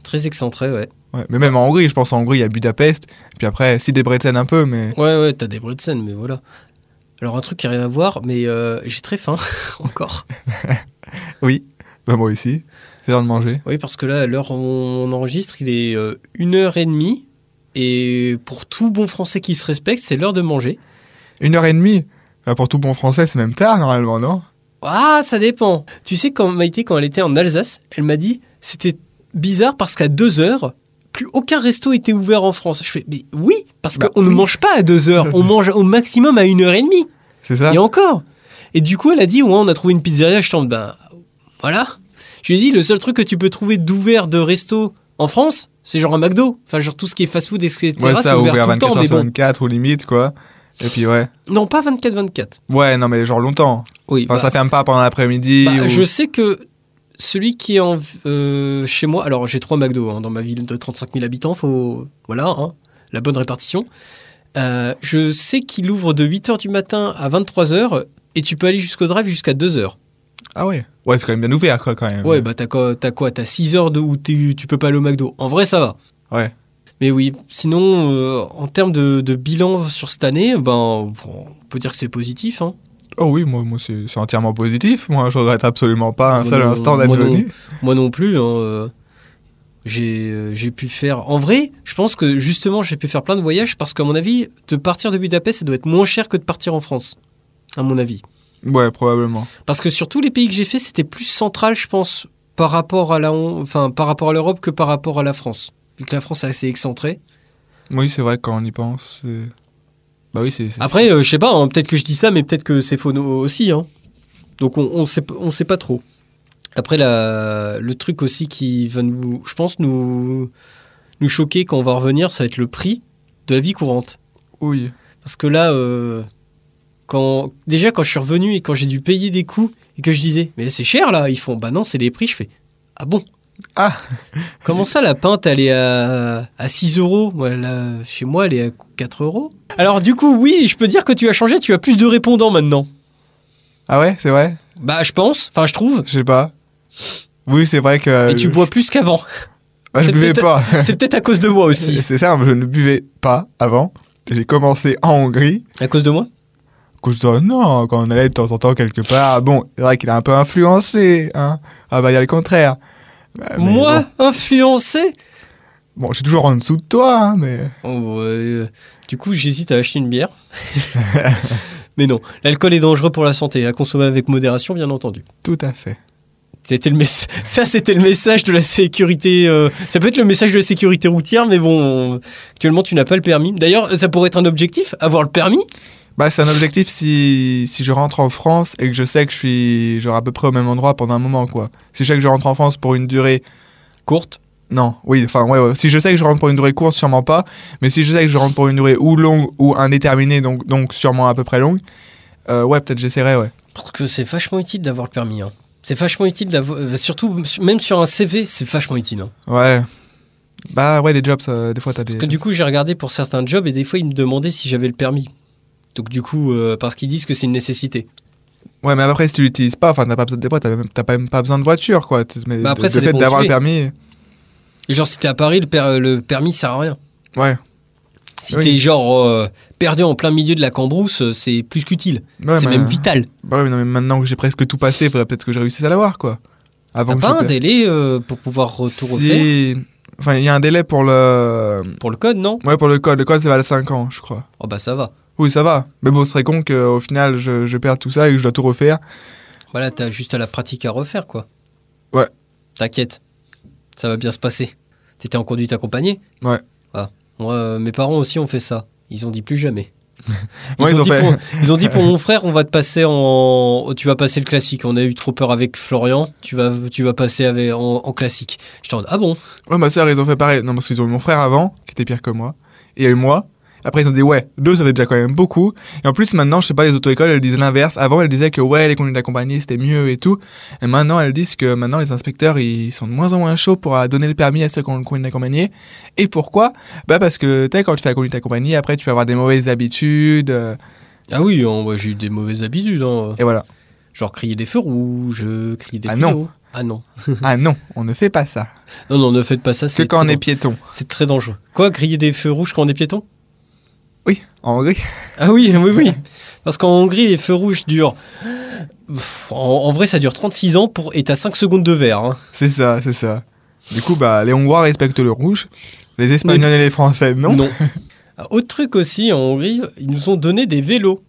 S2: Très excentré, ouais.
S1: Ouais, mais même en Hongrie, je pense en Hongrie, il y a Budapest, et puis après, si des Bretten un peu, mais
S2: Ouais, ouais, t'as des scène mais voilà. Alors un truc qui a rien à voir, mais euh, j'ai très faim encore.
S1: bah, moi aussi, c'est l'heure de manger.
S2: Oui, parce que là, à l'heure où on enregistre, il est euh, une heure et demie, et pour tout bon français qui se respecte, c'est l'heure de manger.
S1: Une heure et demie, Bah, pour tout bon français, c'est même tard normalement, non
S2: Ah, ça dépend. Tu sais, quand Maïté, quand elle était en Alsace, elle m'a dit c'était bizarre parce qu'à deux heures, plus aucun resto était ouvert en France. Je fais mais oui, parce
S1: Bah
S2: qu'on ne
S1: oui.
S2: mange pas à deux heures, on mange au maximum à une heure et demie.
S1: C'est ça
S2: Et encore. Et du coup, elle a dit ouais, on a trouvé une pizzeria. Je tente ben voilà. Je lui ai dit le seul truc que tu peux trouver d'ouvert de resto en France, c'est genre un McDo. Enfin, genre tout ce qui est fast-food, etc.
S1: Ouais,
S2: c'est
S1: ça,
S2: ouvert,
S1: ouvert
S2: tout
S1: 24
S2: le temps,
S1: h
S2: mais
S1: sur
S2: bon.
S1: 24 ou limite, quoi. Et puis ouais.
S2: Non, pas 24-24.
S1: Ouais, non, mais genre longtemps.
S2: Oui.
S1: Enfin,
S2: bah,
S1: Ah, ça ferme pas pendant l'après-midi.
S2: Bah,
S1: ou-
S2: Je sais que celui qui est en, euh, chez moi, alors j'ai trois McDo hein, dans ma ville de 35 000 habitants, faut voilà hein, la bonne répartition. Euh, je sais qu'il ouvre de 8h du matin à 23h et tu peux aller jusqu'au drive jusqu'à 2h.
S1: Ah ouais Ouais, c'est quand même bien ouvert, quoi, quand même.
S2: Ouais, bah t'as quoi T'as quoi T'as 6h de où t'es- tu peux pas aller au McDo. En vrai, ça va.
S1: Ouais.
S2: Mais oui, sinon, euh, en termes de, de bilan sur cette année, ben, bon, on peut dire que c'est positif. Hein.
S1: Oh oui, moi, moi c'est c'est entièrement positif. Moi, je regrette absolument pas un
S2: Moi
S1: seul
S2: non,
S1: instant d'être
S2: moi non.
S1: venu.
S2: Moi non plus. hein, euh, j'ai euh, j'ai pu faire. En vrai, je pense que justement, j'ai pu faire plein de voyages parce qu'à mon avis, de partir de Budapest, ça doit être moins cher que de partir en France. À mon avis.
S1: Ouais, probablement.
S2: Parce que sur tous les pays que j'ai fait, c'était plus central, je pense, par rapport à la, Hon- enfin, par rapport à l'Europe que par rapport à la France. Vu que la France est assez excentrée.
S1: Oui, c'est vrai, quand on y pense. c'est- Bah oui, c'est. c'est-
S2: Après, euh, je sais pas, hein, peut-être que je dis ça, mais peut-être que c'est faux no- aussi. hein. Donc on, on sait, p- on sait pas trop. Après, la- le truc aussi qui va nous, je pense, nous, nous choquer quand on va revenir, ça va être le prix de la vie courante.
S1: Oui.
S2: Parce que là, euh, quand, déjà quand je suis revenu et quand j'ai dû payer des coûts et que je disais, mais c'est cher là, ils font, bah non, c'est les prix, je fais, ah bon
S1: Ah.
S2: Comment ça, la pinte, elle est à, à 6 euros Moi, là, Chez moi, elle est à 4 euros. Alors du coup, oui, je peux dire que tu as changé, tu as plus de répondants maintenant.
S1: Ah ouais, c'est vrai
S2: Bah je pense, enfin je trouve,
S1: Je sais pas. Oui, c'est vrai que.
S2: et tu bois plus qu'avant.
S1: Bah, je
S2: c'est
S1: buvais
S2: peut-être-
S1: pas.
S2: C'est peut-être à cause de moi aussi.
S1: C'est ça, je ne buvais pas avant. J'ai commencé en Hongrie.
S2: À cause de moi
S1: Quand je disais, non, quand on allait de temps en temps quelque part, Ah bon, c'est vrai qu'il a un peu influencé, hein. Ah bah, il y a le contraire. Bah, mais
S2: Moi, influencé
S1: Bon, bon, je suis toujours en dessous de toi, hein, mais.
S2: Oh, euh, Du coup, j'hésite à acheter une bière. Mais non, l'alcool est dangereux pour la santé, à consommer avec modération, bien entendu.
S1: Tout à fait.
S2: C'était le mes- ça, c'était le message de la sécurité. euh, Ça peut être le message de la sécurité routière, mais bon, actuellement, tu n'as pas le permis. D'ailleurs, ça pourrait être un objectif, avoir le permis.
S1: Bah, c'est un objectif si, si je rentre en France et que je sais que je suis genre à peu près au même endroit pendant un moment, quoi. Si je sais que je rentre en France pour une durée
S2: Courte.
S1: Non, oui, enfin, ouais, ouais. Si je sais que je rentre pour une durée courte, sûrement pas. Mais si je sais que je rentre pour une durée ou longue ou indéterminée, donc, donc sûrement à peu près longue, euh, ouais, peut-être j'essaierai, ouais.
S2: Parce que c'est vachement utile d'avoir le permis. hein. C'est vachement utile d'avoir. euh, Surtout, même sur un CV, c'est vachement utile. hein.
S1: Ouais. Bah ouais, les jobs, ça, des fois, t'as des.
S2: Parce que du coup, j'ai regardé pour certains jobs et des fois, ils me demandaient si j'avais le permis. Donc du coup, euh, parce qu'ils disent que c'est une nécessité.
S1: Ouais, mais après, si tu l'utilises pas, enfin, t'as pas besoin des fois, t'as même, t'as pas, même pas besoin de voiture, quoi. T- Mais
S2: Bah après,
S1: le-
S2: ça
S1: le fait
S2: dépend où
S1: d'avoir
S2: tu
S1: le permis,
S2: Et Genre, si t'es à Paris, le, per- le permis sert à rien.
S1: ouais.
S2: Si
S1: Oui.
S2: t'es genre euh, perdu en plein milieu de la cambrousse, euh, c'est plus qu'utile.
S1: Ouais,
S2: c'est
S1: mais-
S2: même vital.
S1: Bah ouais, mais non, mais maintenant que j'ai presque tout passé, faudrait peut-être que je réussisse à l'avoir, quoi. Avant
S2: T'as
S1: que
S2: pas
S1: je
S2: un
S1: perde.
S2: délai euh, pour pouvoir re- tout refaire
S1: Si. Enfin, il y a un délai pour le.
S2: pour le code, non
S1: Ouais, pour le code. Le code, ça va à 5 ans, je crois.
S2: Oh bah ça va.
S1: Oui, ça va. Mais bon, ce serait con qu'au final, je, je perde tout ça et que je dois tout refaire.
S2: Voilà, t'as juste à la pratique à refaire, quoi.
S1: Ouais.
S2: T'inquiète, ça va bien se passer. T'étais en conduite accompagnée
S1: Ouais.
S2: Ah. Moi, euh, mes parents aussi ont fait ça. Ils ont dit plus jamais.
S1: Ouais, ils ont
S2: dit
S1: fait.
S2: pour, ils ont dit pour mon frère, on va te passer en, tu vas passer le classique. On a eu trop peur avec Florian. Tu vas, tu vas passer avec, en, en classique. Je t'en ah bon
S1: Ouais, ma soeur, ils ont fait pareil. Non, parce qu'ils ont eu mon frère avant, qui était pire que moi. Et il y a eu moi. Après, ils ont dit, ouais, deux, ça fait déjà quand même beaucoup. Et en plus, maintenant, je sais pas, les auto-écoles, elles disent l'inverse. Avant, elles disaient que, ouais, les conduites d'accompagner, c'était mieux et tout. Et maintenant, elles disent que maintenant, les inspecteurs, ils sont de moins en moins chauds pour euh, donner le permis à ceux qui ont le conduite d'accompagner. Et pourquoi Bah, parce que, tu sais, quand tu fais la conduite d'accompagner, après, tu vas avoir des mauvaises habitudes. euh,
S2: Ah oui, hein, ouais, j'ai eu des mauvaises habitudes. hein.
S1: et voilà.
S2: Genre crier des feux rouges, euh, crier des
S1: Ah
S2: tuyaux.
S1: non.
S2: Ah non.
S1: ah non, on ne fait pas ça.
S2: Non, non, ne faites pas ça.
S1: Que
S2: C'est
S1: quand
S2: très
S1: on est
S2: dan-
S1: piéton.
S2: c'est très dangereux. Quoi, crier des feux rouges quand on est piéton
S1: Oui, en Hongrie.
S2: Ah oui, oui, oui. Parce qu'en Hongrie, les feux rouges durent. Pff, En, en vrai, ça dure 36 ans pour... et t'as 5 secondes de verre. hein.
S1: C'est ça, c'est ça. Du coup, bah, les Hongrois respectent le rouge, les Espagnols et les Français, non,
S2: Ah, Autre truc aussi, en Hongrie, ils nous ont donné des vélos.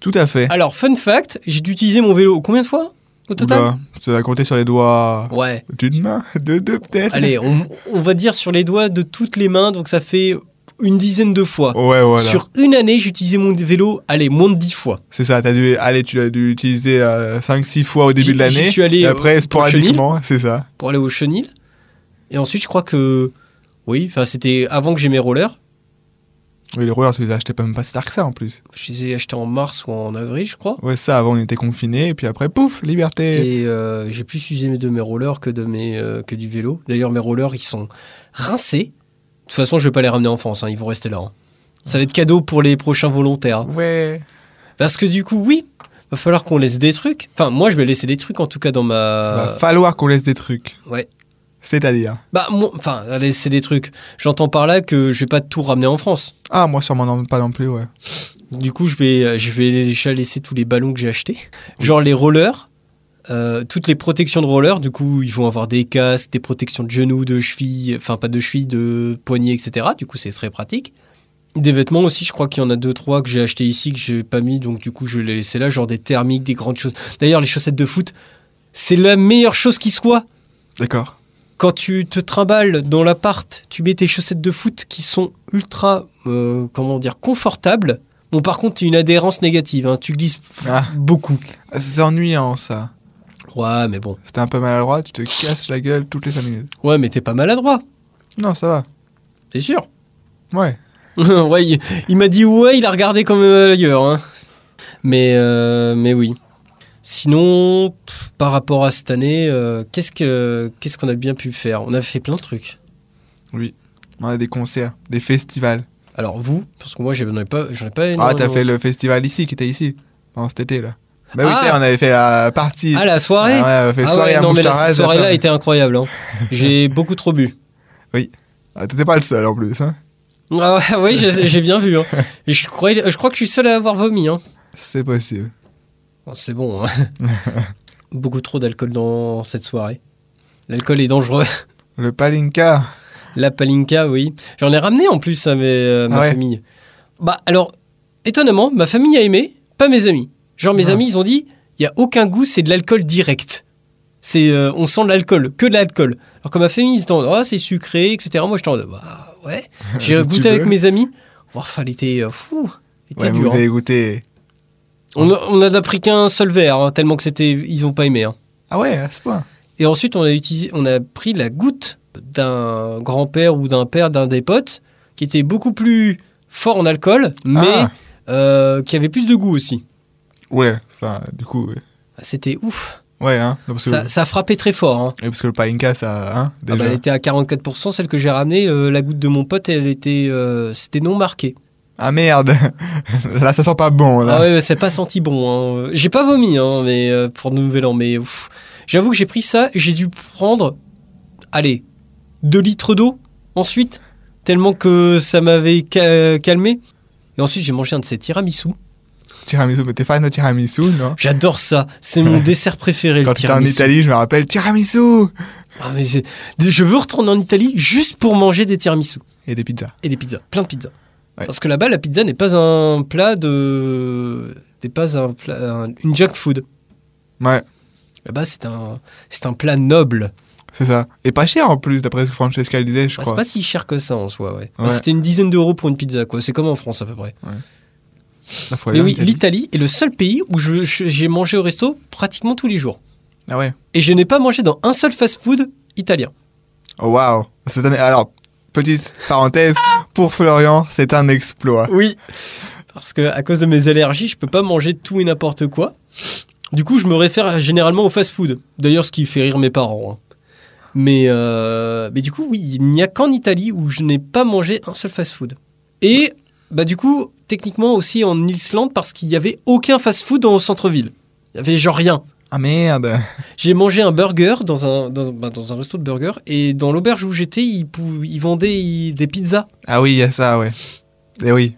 S1: Tout à fait.
S2: Alors, fun fact, j'ai dû utiliser mon vélo combien de fois au total
S1: Oula, ça va compter sur les doigts
S2: Ouais.
S1: d'une main, de deux peut-être.
S2: Allez, on, on va dire sur les doigts de toutes les mains, donc ça fait une dizaine de fois.
S1: Ouais, voilà.
S2: Sur une année, j'ai utilisé mon vélo, allez, moins de 10 fois.
S1: C'est ça, t'as dû, allez, tu l'as dû utiliser 5-6 fois au début
S2: J'y-
S1: de
S2: j'y
S1: l'année.
S2: suis allé,
S1: et
S2: euh,
S1: après,
S2: pour le chenil.
S1: sporadiquement, c'est ça.
S2: pour aller au chenil. Et ensuite, je crois que. Oui, enfin, c'était avant que j'ai mes rollers.
S1: Oui, les rollers, tu les achetais pas même pas si tard que ça en plus.
S2: Je les ai achetés en mars ou en avril, je crois.
S1: Ouais, ça, avant on était confinés, et puis après, pouf, liberté.
S2: Et euh, j'ai plus usé de mes rollers que, de mes, euh, que du vélo. D'ailleurs, mes rollers, ils sont rincés. De toute façon, je vais pas les ramener en France, hein, ils vont rester là. hein. Ça va être cadeau pour les prochains volontaires. hein.
S1: Ouais.
S2: Parce que du coup, oui, va falloir qu'on laisse des trucs. Enfin, moi, je vais laisser des trucs, en tout cas, dans
S1: Va
S2: ma...
S1: falloir qu'on laisse des trucs.
S2: Euh, Ouais.
S1: C'est-à-dire.
S2: Bah, moi- enfin, laisser des trucs. J'entends par là que je vais pas tout ramener en France.
S1: Ah, moi, sûrement non- pas non plus, ouais.
S2: Du coup, je vais, euh, je vais déjà laisser tous les ballons que j'ai achetés. Genre les rollers, euh, toutes les protections de rollers. Du coup, ils vont avoir des casques, des protections de genoux, de chevilles, enfin pas de chevilles, de poignets, etc. Du coup, c'est très pratique. Des vêtements aussi, je crois qu'il y en a deux, trois que j'ai achetés ici, que j'ai pas mis, donc du coup, je vais les laisser là. Genre des thermiques, des grandes choses. D'ailleurs, les chaussettes de foot, c'est la meilleure chose qui soit.
S1: D'accord.
S2: Quand tu te trimbales dans l'appart, tu mets tes chaussettes de foot qui sont ultra, euh, comment dire, confortables. Bon, par contre, tu as une adhérence négative. hein. Tu glisses
S1: Ah.
S2: beaucoup.
S1: C'est ennuyant, hein, ça.
S2: Ouais, mais bon.
S1: C'était un peu maladroit, tu te casses la gueule toutes les 5 minutes.
S2: Ouais, mais t'es pas maladroit,
S1: Non, ça va.
S2: c'est sûr.
S1: Ouais.
S2: ouais, il, il m'a dit ouais, il a regardé comme euh, ailleurs. hein. Mais, euh, mais oui. Sinon, pff, par rapport à cette année, euh, qu'est-ce que qu'est-ce qu'on a bien pu faire On a fait plein de trucs.
S1: On a des concerts, des festivals.
S2: Alors vous, parce que moi, j'en ai pas, j'en ai pas.
S1: ah, t'as
S2: énormément.
S1: fait le festival ici, qui était ici, pendant cet été, là. Bah oui,
S2: Ah.
S1: t'as- on avait fait la partie.
S2: Ah la soirée.
S1: Ah ouais, on avait fait
S2: Ah
S1: soirée
S2: ouais,
S1: à
S2: non, mais la-
S1: Mouchtaraz,
S2: cette soirée-là
S1: après-
S2: était incroyable. hein. J'ai beaucoup trop bu.
S1: Ah, T'étais pas le seul, en plus. Hein.
S2: Ah ouais, oui, j'ai j'ai bien vu. hein. Et Je, croyais- je crois que je suis seul à avoir vomi. hein.
S1: C'est possible.
S2: Oh, C'est bon. hein. beaucoup trop d'alcool dans cette soirée. L'alcool est dangereux.
S1: Le Palinka.
S2: La palinka, oui. J'en ai ramené en plus à mes- euh, ma
S1: Ah ouais.
S2: famille. Bah alors, étonnamment, ma famille a aimé, pas mes amis. Genre mes
S1: Ouais.
S2: amis, ils ont dit, il y a aucun goût, c'est de l'alcool direct. C'est, euh, on sent de l'alcool, que de l'alcool. Alors que ma famille, ils étaient en, oh, c'est sucré, etc. Moi, j'étais en, bah ouais. J'ai
S1: Si tu
S2: goûté avec
S1: veux.
S2: mes amis. Oh, enfin, elle était, euh, fou, elle était
S1: Ouais, vous
S2: dure, hein.
S1: avez goûté.
S2: On a- on n'a pris qu'un seul verre, hein, tellement que c'était, ils ont pas aimé. hein.
S1: Ah ouais, à ce point.
S2: Et ensuite, on a, utilisé, on a pris la goutte d'un grand-père ou d'un père d'un des potes qui était beaucoup plus fort en alcool, mais
S1: Ah.
S2: euh, qui avait plus de goût aussi. Ah,
S1: Ouais, enfin, du coup, ouais.
S2: C'était ouf.
S1: Ouais, hein. non, parce, que,
S2: Ça, ça a frappé très fort. hein.
S1: oui, parce que le Palinka, ça. Hein,
S2: Ah
S1: déjà.
S2: bah, elle était à 44%. Celle que j'ai ramenée, euh, la goutte de mon pote, elle était, euh, c'était non marqué.
S1: Ah merde Là, ça sent pas bon. Là.
S2: Ah ouais, ouais, c'est pas senti bon. hein. J'ai pas vomi, hein, mais euh, pour le nouvel an. Mais ouf. j'avoue que j'ai pris ça, j'ai dû prendre, allez, 2 litres d'eau ensuite, tellement que ça m'avait ca- calmé. Et ensuite, j'ai mangé un de ces tiramisu.
S1: Tiramisu, mais t'es fan de tiramisu, non
S2: J'adore ça. C'est mon dessert préféré,
S1: Quand
S2: le
S1: t'étais en
S2: tiramisu.
S1: Italie, je me rappelle, tiramisu
S2: Ah, mais c'est- je veux retourner en Italie juste pour manger des tiramisu.
S1: Et des pizzas.
S2: et des pizzas, plein de pizzas.
S1: Ouais.
S2: Parce que là-bas, la pizza n'est pas un plat de. n'est pas un plat- un- une junk food.
S1: Ouais,
S2: Là-bas, c'est un, c'est un plat noble.
S1: c'est ça. Et pas cher en plus, d'après ce que Francesca disait, je
S2: Bah, c'est
S1: crois.
S2: pas si cher que ça en soi, ouais. Bah,
S1: Ouais.
S2: C'était une dizaine d'euros pour une pizza, quoi. C'est comme en France à peu près.
S1: La fois
S2: Mais
S1: là,
S2: oui,
S1: t'as dit.
S2: l'Italie est le seul pays où je- je- j'ai mangé au resto pratiquement tous les jours.
S1: Ah ouais.
S2: Et je n'ai pas mangé dans un seul fast-food italien.
S1: Oh waouh Cette année- Alors, petite parenthèse, pour Florian, c'est un exploit.
S2: Oui. Parce que à cause de mes allergies, je peux pas manger tout et n'importe quoi. Du coup, je me réfère généralement au fast-food. D'ailleurs, ce qui fait rire mes parents. hein. Mais, euh, mais du coup, oui, il n'y a qu'en Italie où je n'ai pas mangé un seul fast-food. Et bah du coup, techniquement aussi en Islande parce qu'il n'y avait aucun fast-food dans le centre-ville. Il y avait genre rien.
S1: Ah merde
S2: J'ai mangé un burger dans un, dans, bah, dans un resto de burger et dans l'auberge où j'étais, ils, pou- ils vendaient ils- des pizzas.
S1: Ah oui, il y a ça, ouais. Et oui.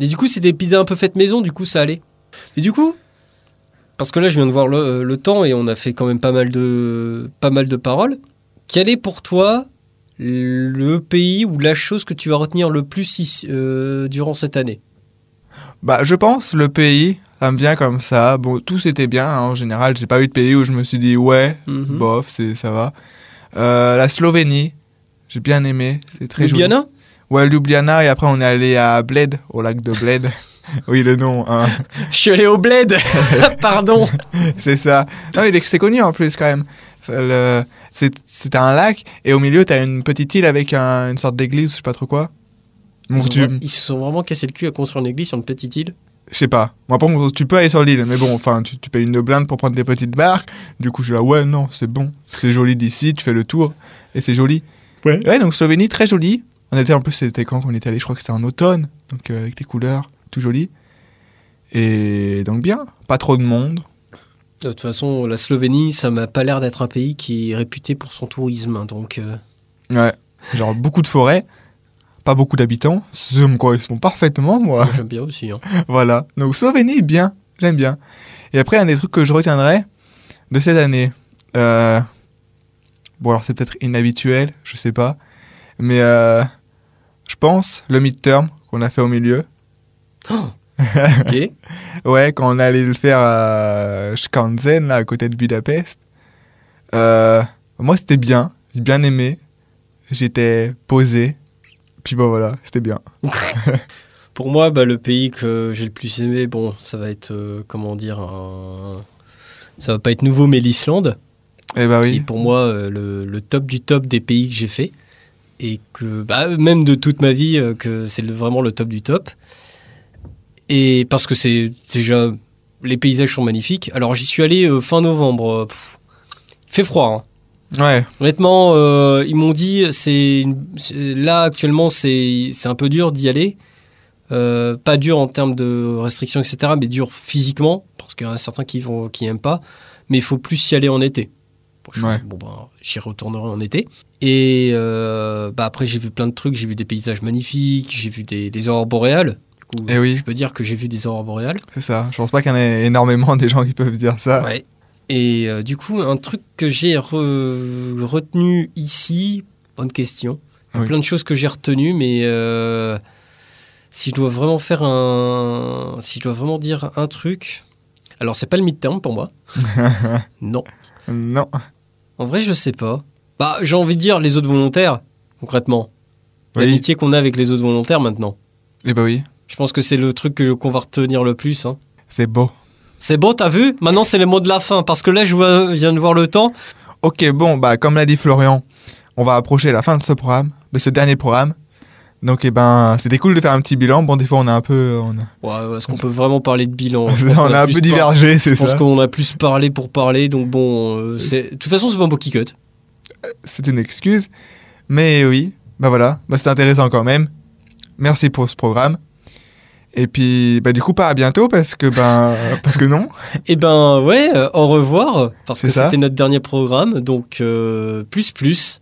S2: Et du coup, c'est des pizzas un peu faites maison, du coup, ça allait. Et du coup, parce que là, je viens de voir le, euh, le temps et on a fait quand même pas mal de, pas mal de paroles. Quel est pour toi le pays ou la chose que tu vas retenir le plus ici, euh, durant cette année
S1: Bah, je pense le pays, ça me vient comme ça. Bon, tout c'était bien hein, en général. J'ai pas eu de pays où je me suis dit ouais,
S2: Mhm.
S1: bof, c'est ça va. Euh, la Slovénie, j'ai bien aimé, c'est très joli.
S2: Ljubljana
S1: Ouais, Ljubljana et après on est allé à Bled, au lac de Bled. oui, le nom, hein,
S2: Je suis allé au bled Pardon
S1: c'est ça. Non, il est- c'est connu en plus quand même. Enfin, le- c'est c'est un lac et au milieu t'as une petite île avec un- une sorte d'église, je sais pas trop quoi. Bon,
S2: ils,
S1: tu-
S2: ont- ils se sont vraiment cassé le cul à construire une église sur une petite île.
S1: Je sais pas. Moi, par contre, tu peux aller sur l'île, mais bon, enfin, tu, tu payes une blinde pour prendre des petites barques. Du coup, je suis là, ouais, non, c'est bon. C'est joli d'ici, tu fais le tour, et c'est joli.
S2: Ouais.
S1: Ouais, donc Slovénie, très joli. On était, en plus, c'était quand qu'on était allé Je crois que c'était en automne, donc euh, avec des couleurs, tout joli. Et donc bien, pas trop de monde.
S2: Euh, De toute façon, la Slovénie, ça m'a pas l'air d'être un pays qui est réputé pour son tourisme. hein, Donc, euh,
S1: Ouais. Genre beaucoup de forêts, pas beaucoup d'habitants. Ça me correspond parfaitement, moi.
S2: moi, j'aime bien aussi. hein.
S1: Voilà. Donc Slovénie, bien. J'aime bien. Et après, un des trucs que je retiendrai de cette année. euh, Bon, alors c'est peut-être inhabituel, je sais pas. Mais euh, je pense le midterm qu'on a fait au milieu.
S2: Ok.
S1: Ouais, quand on allait le faire à Skansen, là, à côté de Budapest. Euh, moi, c'était bien. J'ai bien aimé. J'étais posé. Puis bon, voilà, c'était bien.
S2: Pour moi, bah, le pays que j'ai le plus aimé, bon, ça va être, euh, comment dire, un- ça va pas être nouveau, mais l'Islande,
S1: Eh bah
S2: qui est
S1: oui.
S2: pour moi euh, le, le top du top des pays que j'ai fait, et que, bah, même de toute ma vie, euh, que c'est le- vraiment le top du top. Et parce que c'est déjà, les paysages sont magnifiques. Alors j'y suis allé euh, fin novembre, euh, pff, il fait froid, hein.
S1: Ouais,
S2: Honnêtement, euh, ils m'ont dit, c'est une- c'est- là actuellement, c'est c'est un peu dur d'y aller. Euh, pas dur en termes de restrictions, etc., mais dur physiquement, parce qu'il y en a certains qui vont, qui n'aiment pas. Mais il faut plus y aller en été. Bon, je me
S1: Ouais.
S2: dis, bon, ben, j'y retournerai en été. Et euh, bah, après, j'ai vu plein de trucs. J'ai vu des paysages magnifiques, j'ai vu des, des aurores boréales. Du coup,
S1: Eh oui.
S2: je peux dire que j'ai vu des aurores boréales.
S1: c'est ça. Je pense pas qu'il y en ait énormément des gens qui peuvent dire ça.
S2: Ouais. Et euh, du coup, un truc que j'ai re- retenu ici, bonne question. Il y a
S1: Oui.
S2: Plein de choses que j'ai retenues, mais euh, si je dois vraiment faire un, si je dois vraiment dire un truc, alors c'est pas le mid-term pour moi. non.
S1: Non.
S2: En vrai, je sais pas. Bah, j'ai envie de dire les autres volontaires, concrètement.
S1: Oui.
S2: L'amitié qu'on a avec les autres volontaires maintenant.
S1: Eh bah oui.
S2: Je pense que c'est le truc que- qu'on va retenir le plus. hein.
S1: C'est beau.
S2: C'est bon, t'as vu Maintenant, c'est les mots de la fin, parce que là, je vois- viens de voir le temps.
S1: Ok, bon, bah, comme l'a dit Florian, on va approcher la fin de ce programme, de ce dernier programme. Donc, eh ben, c'était cool de faire un petit bilan. Bon, des fois, on a un peu. On a,
S2: Ouais, est-ce qu'on peut vraiment parler de bilan Je pense
S1: on
S2: qu'on
S1: a un
S2: plus
S1: peu
S2: par-
S1: divergé, c'est
S2: Je pense
S1: ça.
S2: qu'on a plus parlé pour parler, donc bon, euh, c'est... de toute façon, c'est pas un beau cut.
S1: C'est une excuse. Mais oui, bah voilà, bah, c'était intéressant quand même. Merci pour ce programme. Et puis, bah, du coup, pas à bientôt parce que, ben, parce que non.
S2: Eh ben ouais, euh, au revoir, parce
S1: C'est
S2: que
S1: ça.
S2: c'était notre dernier programme, donc euh, plus plus.